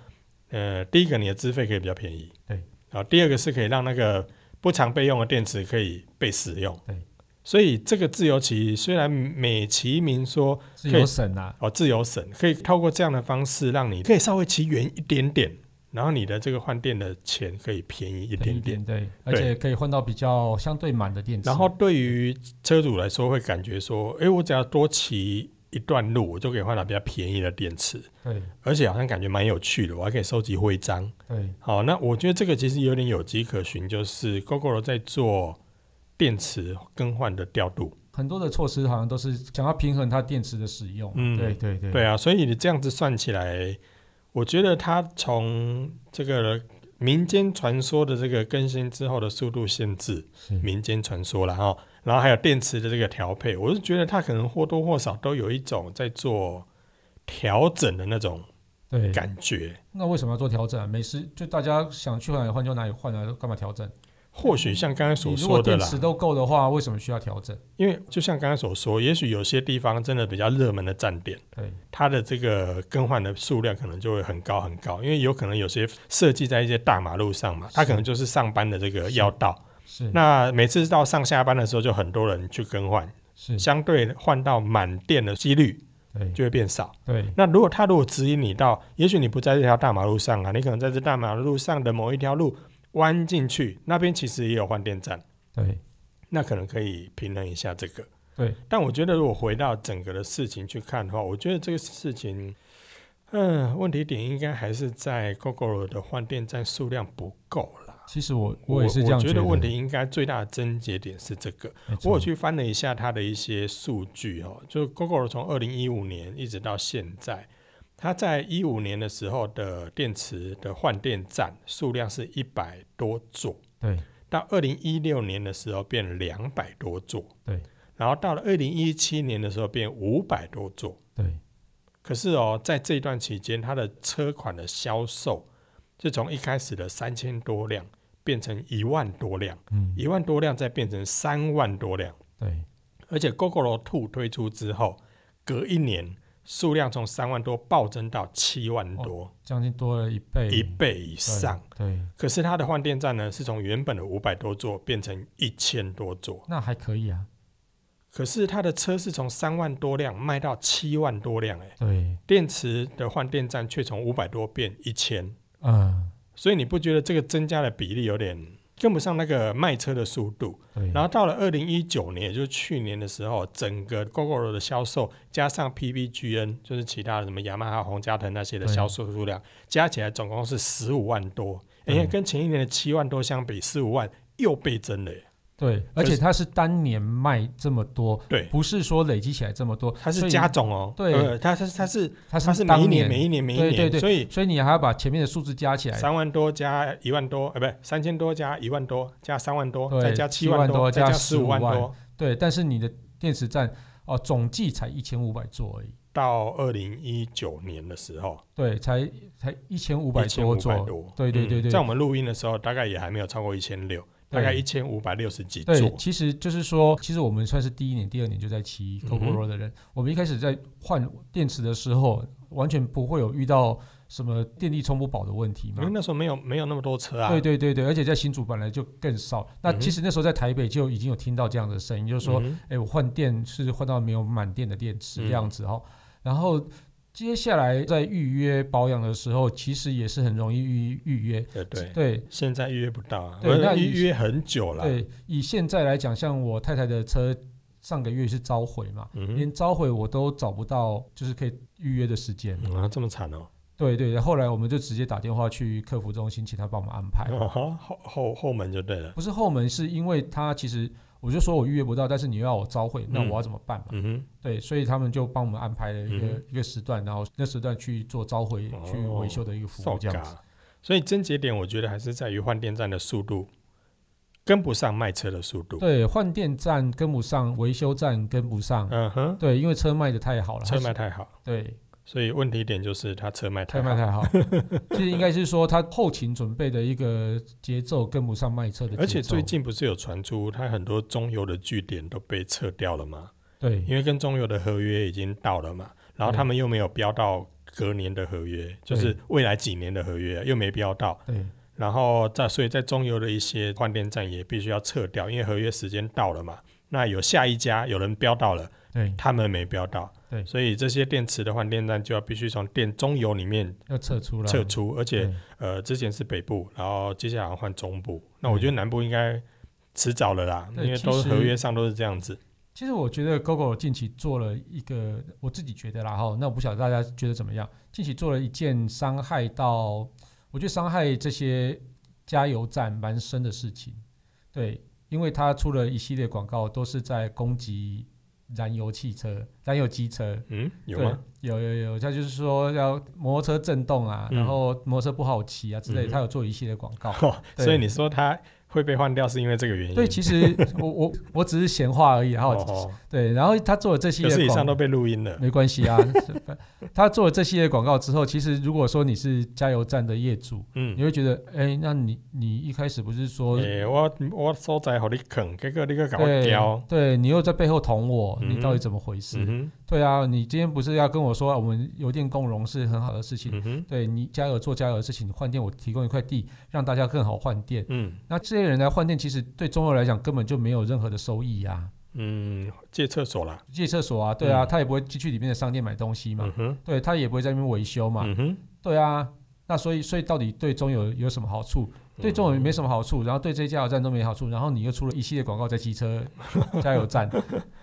呃，第一个你的资费可以比较便宜，
对，
然后第二个是可以让那个不常备用的电池可以被使用，
对，
所以这个自由骑虽然美其名说
是有省啊，
哦自由省，可以透过这样的方式让你可以稍微骑远一点点，然后你的这个换电的钱可以便宜一
一
点
点。
点
对，而且可以换到比较相对满的电池。
然后对于车主来说，会感觉说，诶，我只要多骑一段路，我就可以换到比较便宜的电池，
对
而且好像感觉蛮有趣的，我还可以收集徽章。
对
好，那我觉得这个其实有点有迹可循，就是 GoGo 在做电池更换的调度。
很多的措施好像都是想要平衡它电池的使用。
嗯
对对对
对啊，所以你这样子算起来，我觉得它从这个民间传说的这个更新之后的速度限制，
是
民间传说了哈，然后还有电池的这个调配，我是觉得它可能或多或少都有一种在做调整的那种
对。
感觉。
那为什么要做调整啊？没事，就大家想去哪里换就哪里换啊，干嘛调整？
或许像刚刚所
你如
说
果
的
电
啦，
池都够的话，为什么需要调整？
因为就像刚刚所说，也许有些地方真的比较热门的站点，
对，
它的这个更换的数量可能就会很高很高，因为有可能有些设计在一些大马路上嘛，它
是
可能就是上班的这个要道，
是嗯
那每次到上下班的时候，就很多人去更换，
是，
相对换到满电的几率
对
就会变少。
对
那如果他如果指引你到，也许你不在这条大马路上啊，你可能在这大马路上的某一条路弯进去，那边其实也有换电站。
对
那可能可以平衡一下这个。
对，
但我觉得如果回到整个的事情去看的话，我觉得这个事情，嗯、问题点应该还是在 GoGo 的换电站数量不够啦。
其实我我也是这样
我觉
得。嗯
得问题应该最大的症结点是这个。
没
我
错
有去翻了一下它的一些数据哦，就 GoGo 从二零一五年一直到现在，它在一五年的时候的电池的换电站数量是一百多座，
对
到二零一六年的时候变两百多座，
对，
然后到了二零一七年的时候变五百多座。
对
可是哦，在这段期间，它的车款的销售是从一开始的三千多辆变成一万多辆，
嗯
一万多辆再变成三万多辆，
对
而且 GoGo Two 推出之后，隔一年数量从三万多暴增到七万多，
将近多了一倍
一倍以
哦对
上。
对，
可是它的换电站呢，是从原本的五百多座变成一千多座。
那还可以啊。
可是它的车是从三万多辆卖到七万多辆、欸，
对，
电池的换电站却从五百多变一千，
嗯，
所以你不觉得这个增加的比例有点跟不上那个卖车的速度？
对，
然后到了二零一九年，也就是去年的时候，整个 GoGo 的销售加上 PBGN，就是其他的什么雅马哈、红加藤那些的
对
销售数量，加起来总共是十五万多，
对
因为跟前一年的七万多相比，十五万又倍增了、欸，
对，而且它是单年卖这么多，
对。
不是说累积起来这么多，
它是
所以
加总哦，
对
呃它它它是
它
它是每
当
一年每一年每一
对
年，
对对哎
所以
所以你还要把前面的数字加起来，
三万多加一万多，呃，不是三千多加一万多加三万多，
对
再加
7
七万
多
再
加
加
15
五万
万
多，
对，但是你的电池站哦、总计才一千五百座而已，
到二零一九年的时候，
对，才才一千五
五
百多座，
多，
对对对
嗯
对
在我们录音的时候，大概也还没有超过一千六，大概一千五百六十几座
对，，其实就是说，其实我们算是第一年、第二年就在骑
嗯
g o g
哼
o r o 的人。我们一开始在换电池的时候，完全不会有遇到什么电力充不饱的问题嘛
因为。那时候没有没有那么多车啊，
对对对对，而且在新竹本来就更少。那
嗯哼
其实那时候在台北就已经有听到这样的声音，就是说，
嗯
哎、我换电是换到没有满电的电池
嗯
这样子哦。然后接下来在预约保养的时候，其实也是很容易预预约。
对对，
对，
现在预约不到啊，
对
我
那
预
以
约很久了，
对，以现在来讲，像我太太的车上个月是召回嘛，
嗯哼
连召回我都找不到，就是可以预约的时间。
嗯啊，这么惨哦，
对对，后来我们就直接打电话去客服中心，请他帮我们安排。
哦吼后后后门就对了，
不是后门，是因为他其实我就说我预约不到，但是你又要我召回，那
嗯
我要怎么办嘛？
嗯哼。
对，所以他们就帮我们安排了一个、
嗯
一个时段，然后那时段去做召回、
哦
去维修的一个服务，这样子。
嘎，所以症结点，我觉得还是在于换电站的速度跟不上卖车的速度。
对，换电站跟不上，维修站跟不上。
嗯哼，
对，因为车卖的太好了，
车卖太好，
对，
所以问题点就是它车卖
太
太好，
慢太好，
[LAUGHS]
其实应该是说他后勤准备的一个节奏跟不上卖车的节奏，
而且最近不是有传出它很多中油的据点都被撤掉了吗？
对
因为跟中油的合约已经到了嘛，然后他们又没有标到隔年的合约，就是未来几年的合约啊又没标到，
对
然后在所以在中油的一些换电站也必须要撤掉，因为合约时间到了嘛。那有下一家有人标到了。
对
他们没标到，
对
所以这些电池的换电站就要必须从电中油里面
要撤出了，
撤出，而且
对
呃，之前是北部，然后接下来要换中部，那
对
我觉得南部应该迟早了啦，因
对
为
其
都
实
合约上都是这样子，
其实我觉得 GoGo 近期做了一个，我自己觉得啦哈，那我不晓得大家觉得怎么样？近期做了一件伤害到，我觉得伤害这些加油站蛮深的事情。对，因为他出了一系列广告，都是在攻击燃油汽车、燃油机车。
嗯，有
对
吗？？
有有有，他就是说要摩托车震动啊，
嗯
然后摩托车不好骑啊之类
嗯
的，
哼 [LAUGHS]
他有做一系列广告。
哦
对
所以你说它会被换掉，是因为这个原因。
对，其实我我我只是闲话而已，然后、
哦，
对，然后他做了这系
九
列
十以上
广
都被录音了。
没关系啊， [LAUGHS] 是他做了这系列广告之后，其实如果说你是加油站的业主，
嗯
你，会觉得，哎、那你你一开始不是说
诶、我我所在互你坑，结果你个搞我
对
叼。
对你又在背后捅我，
嗯
你到底怎么回事？
嗯
对啊，你今天不是要跟我说啊我们油电共融是很好的事
哼，
情？
嗯哼，
对你加油做加油的事情，你换电我提供一块地，让大家更好换电。
嗯
那这些人来换电，其实对中油来讲根本就没有任何的收益啊，
嗯，借厕所啦。
借厕所啊，对啊，
嗯
他也不会进去里面的商店买东西嘛，
嗯哼，
对他也不会在那边维修嘛，
嗯哼，
对啊。那所以，所以到底对中油有什么好处？
嗯
对中油没什么好处，然后对这些加油站都没好处，然后你又出了一系列广告在机车
[LAUGHS]
加油站、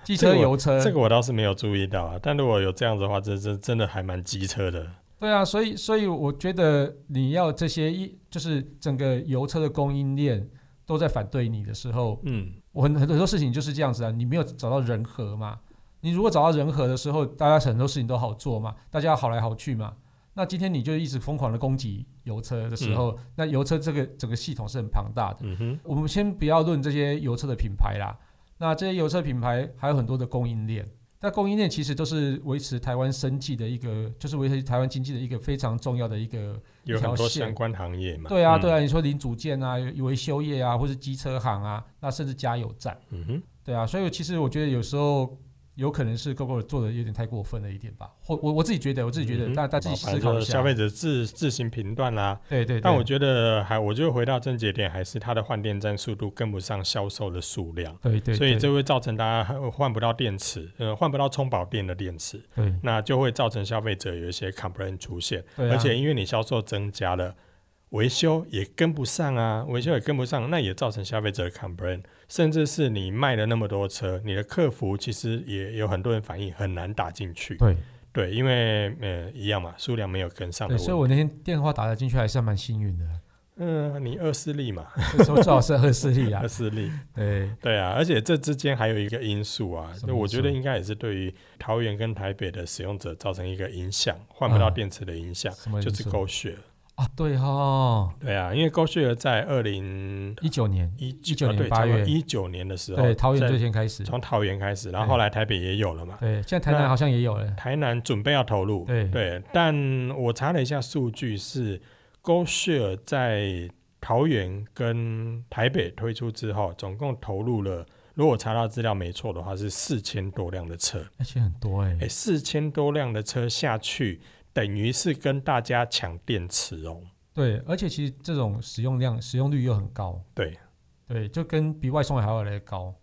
机车
这个我
油车，
这个我倒是没有注意到啊，但如果有这样子的话，这这真的还蛮机车的。
对啊，所以所以我觉得你要这些一就是整个油车的供应链都在反对你的时候，
嗯，
我很很多事情就是这样子啊，你没有找到人和嘛。你如果找到人和的时候，大家很多事情都好做嘛，大家好来好去嘛。那今天你就一直疯狂的攻击油车的时候，那油车这个整个系统是很庞大的。
嗯哼，
我们先不要论这些油车的品牌啦，那这些油车品牌还有很多的供应链，那供应链其实都是维持台湾生计的一个，就是维持台湾经济的一个非常重要的一个。
有很
一
多
条线
相关行业嘛。
对啊，对
啊。
啊，你说零组件啊、维修业啊，或是机车行啊，那甚至加油站，
嗯哼，
对啊，所以其实我觉得有时候。有可能是 GoGo 做的有点太过分了一点吧，或我我自己觉得，我自己觉得，
嗯
大大家自己
反
思
正
考
就
一
是
下。
消费者自自行评断啦。
对对对，
但我觉得还，我就回到正节点，还是它的换电站速度跟不上销售的数量，
对对，
所以
对
这会造成大家呃换不到电池，呃，换不到充饱电的电池，
对
那就会造成消费者有一些 complaint 出现，
对啊，
而且因为你销售增加了。维修也跟不上啊，维修也跟不上，那也造成消费者的 complaint，甚至是你卖了那么多车，你的客服其实也有很多人反映很难打进去，
对
对，因为呃一样嘛，数量没有跟上的
对，
问题。
所以我那天电话打得进去还是蛮幸运的，
嗯，你二四力嘛，
[LAUGHS] 所以说最好是二四力啊
二，四力，
对，
对啊，而且这之间还有一个因素啊，
什么因
那
素
我觉得应该也是对于桃园跟台北的使用者造成一个影响，换不到
啊
电池的影响，
什么
就
因
是
素
狗血。
啊，对哈，
对啊，因为狗血在二零
一九年，
一啊
19年八月
一九年的时候，
对，桃园最
在
先开始，
从桃园开始，然后后来台北也有了嘛，
对，现在台
那
南好像也有了，
台南准备要投入，
对
对，但我查了一下数据是 GoShare 在桃园跟台北推出之后，总共投入了，如果我查到资料没错的话，是四千多辆的车，
而且很多哎
哎，，四千多辆的车下去，等于是跟大家抢电池哦，
对，而且其实这种使用量、使用率又很高，
对，
对，就跟比外送还要来得高，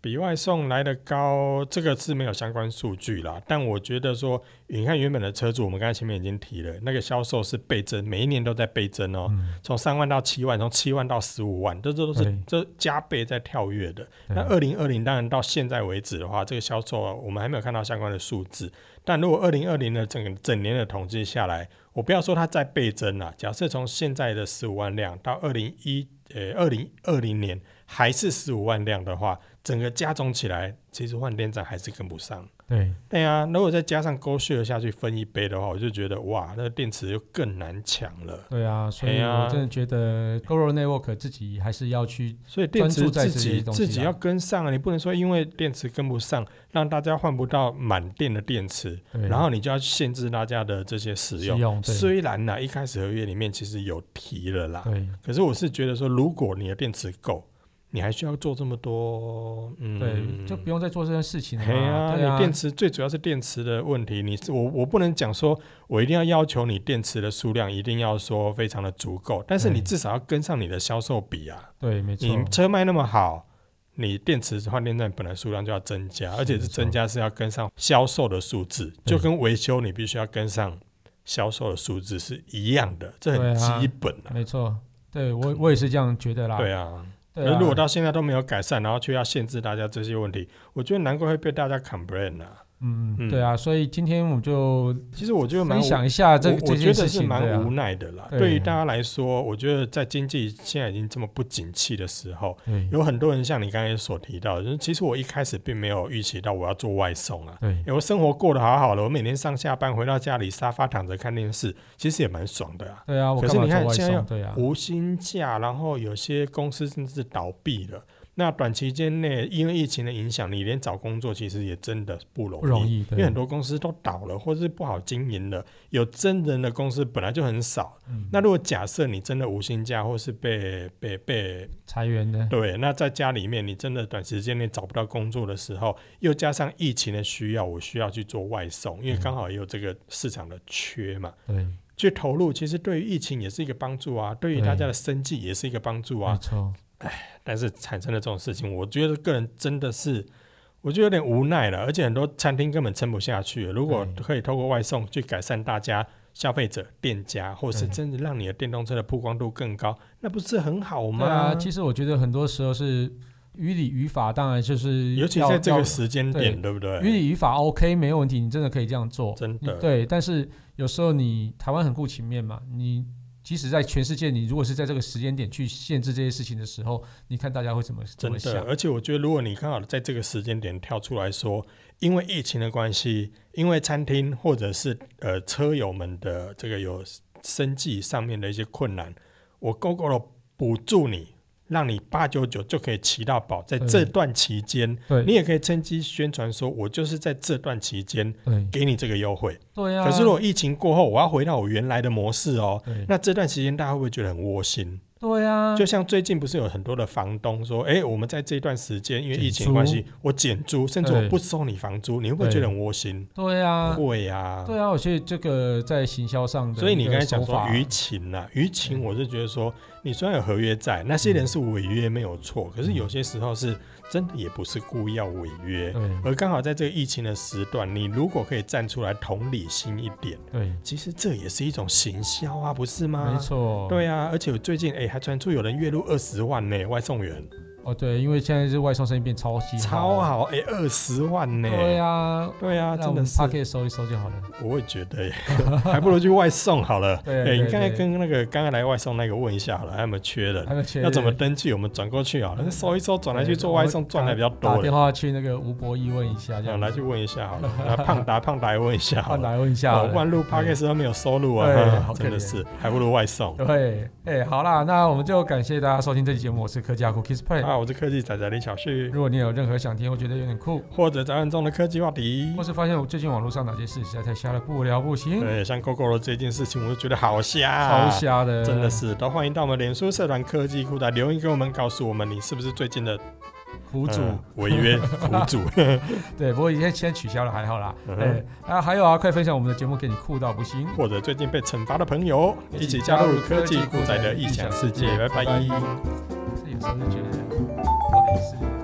比外送来的高，这个是没有相关数据啦。但我觉得说，你看原本的车主，我们刚才前面已经提了，那个销售是倍增，每一年都在倍增哦。
嗯，
从三万到七万，从七万到十五万，这这都是
对
这加倍在跳跃的。
对
那二零二零当然到现在为止的话，这个销售、啊、我们还没有看到相关的数字。但如果二零二零的整个整年的统计下来，我不要说它在倍增啦、假设从现在的十五万辆到二零一呃二零二零年还是十五万辆的话，整个加总起来，其实换电站还是跟不上。
对，
对啊，如果再加上勾血下去分一杯的话，我就觉得哇，那个电池又更难抢了。
对啊，所
哎
以
呀
我真的觉得 g o r o Network 自己还是要去，
所以电池
专注在
自
这
己
些东西
自
啦
己要跟上啊，你不能说因为电池跟不上，让大家换不到满电的电池，
对，
然后你就要限制大家的这些使
使
用。
用，对，
虽然啊呢、一开始合约里面其实有提了啦，
对，
可是我是觉得说，如果你的电池够，你还需要做这么多，嗯，
对，就不用再做这件事情了
嘿
嘛，
啊，
对
你电池最主要是电池的问题。你我我不能讲说我一定要要求你电池的数量一定要说非常的足够，但是你
对
至少要跟上你的销售比啊。
对，嗯没错，
你车卖那么好，你电池换电站本来数量就要增加，
是
而且是增加是要跟上销售的数字，
对
就跟维修你必须要跟上销售的数字是一样的，这
对
很
啊
基本啊。
没错，对我我也是这样觉得啦，
嗯对啊，
对
那
啊，
如果到现在都没有改善，然后却要限制大家这些问题，我觉得难怪会被大家 complain 啊。
嗯，
嗯
对啊，所以今天我们就
其实我觉得蛮
分
无
享一下这
我
这
我觉
件
得
事
是
情，对
蛮无
啊，
奈的啦。
对
对于大家来说，我觉得在经济现在已经这么不景气的时候，
对
有很多人像你刚才所提到的，就是其实我一开始并没有预期到我要做外送啊。
对
欸我生活过得好好的，我每天上下班回到家里，沙发躺着看电视，其实也蛮爽的啊。
对啊，我
可
干
是
嘛
你看
做外
现在
送？
要
对啊，
无薪假，然后有些公司甚至倒闭了。那短期间内，因为疫情的影响，你连找工作其实也真的不容易，
不容易，
因
对
为很多公司都倒了，或是不好经营了。有真人的公司本来就很少，
嗯
那如果假设你真的无薪假，或是被被被
裁员的，
对，那在家里面，你真的短时间内找不到工作的时候，又加上疫情的需要，我需要去做外送，因为刚好也有这个市场的缺嘛，
对，
去投入，其实对于疫情也是一个帮助啊，对于
对
大家的生计也是一个帮助
没
啊。
错，
但是产生了这种事情，我觉得个人真的是，我觉得有点无奈了，而且很多餐厅根本撑不下去了。如果
对
可以透过外送去改善大家。消费者、店家，或是
对
真的让你的电动车的曝光度更高，那不是很好吗？
对啊，其实我觉得很多时候是于理于法，当然就是
尤其
要
在这
要
个时间点，对不
于
对？
理于法 OK 没问题，你真的可以这样做，
哎真
你
的，
对，但是有时候你台湾很顾情面嘛，你即使在全世界，你如果是在这个时间点去限制这些事情的时候，你看大家会怎么怎
真
么
的。
想？
而且我觉得，如果你刚好在这个时间点跳出来说，因为疫情的关系，因为餐厅或者是呃车友们的这个有生计上面的一些困难，我 GoGo 补助你，让你八九九就可以骑到饱，在
对
这段期间，
对，
你也可以趁机宣传说，我就是在这段期间
对
给你这个优惠。
对啊。
可是如果疫情过后，我要回到我原来的模式哦。
对
那这段时间大家会不会觉得很窝心？
对啊，
就像最近不是有很多的房东说，哎、我们在这一段时间因为疫
减
情
租
的关系，我减租，甚至
对
我不收你房租，你会不会
对
觉得很窝心？
对啊，
会呀、
对啊，我觉得这个在行销上的一个手法，
所以你刚才讲说舆情啊，舆情，我是觉得说，你虽然有合约在，那些人是违约没有错，
嗯
可是有些时候是真的也不是故意要违约，
对
而刚好在这个疫情的时段，你如果可以站出来同理心一点，
对，
其实这也是一种行销啊，不是吗？
没错，
对啊，而且我最近哎、还传出有人月入二十万呢、外送员。
哦对，因为现在是外送生意变超级
超，好哎，二、十万呢、
对啊，
对啊，
那
真
我
的
们
是
p，a c k e 收一收就好了，
我也觉得耶， [LAUGHS] 还不如去外送好 [LAUGHS] 了。
对
哎、
对
你刚才
对
跟那个刚才来外送那个问一下好了，还有没有缺人哎
还？有钱
要怎么登记？我们转过去好了，收一收，转来去做外送，赚的比较
打
多
电
了。
话去那个吴博义问一下，这
想
样
来去问一下好了，那胖达 [LAUGHS] 胖达也问一下好
换
了。
来问一下好
哦，
了，
万路 p o d c a s 都没有收入啊
对
哈
好可
真的
怜
是，还不如外送。
对，哎、好啦，那我们就感谢大家收听这期节目，我是科技阿酷 Kiss Play。
啊，我是科技仔仔李小旭，
如果你有任何想听，我觉得有点酷，
或者宅男中的科技话题
或。是发现我最近网络上哪些事实在太瞎了，不聊不行，
对，像 GoGo 这件事情，我就觉得好瞎，啊
超瞎的，
真的是，都欢迎到我们脸书社团科技库来留言给我们，告诉我们你是不是最近的
苦
苦
主。
违 [LAUGHS] 约苦主。
对，不过已经先取消了，还好啦。
嗯
哎、啊，还有啊，快分享我们的节目给你酷到不行。
或者最近被惩罚的朋友，一起加入科技股仔的异想世界，拜拜
这有时候就觉得，到底是。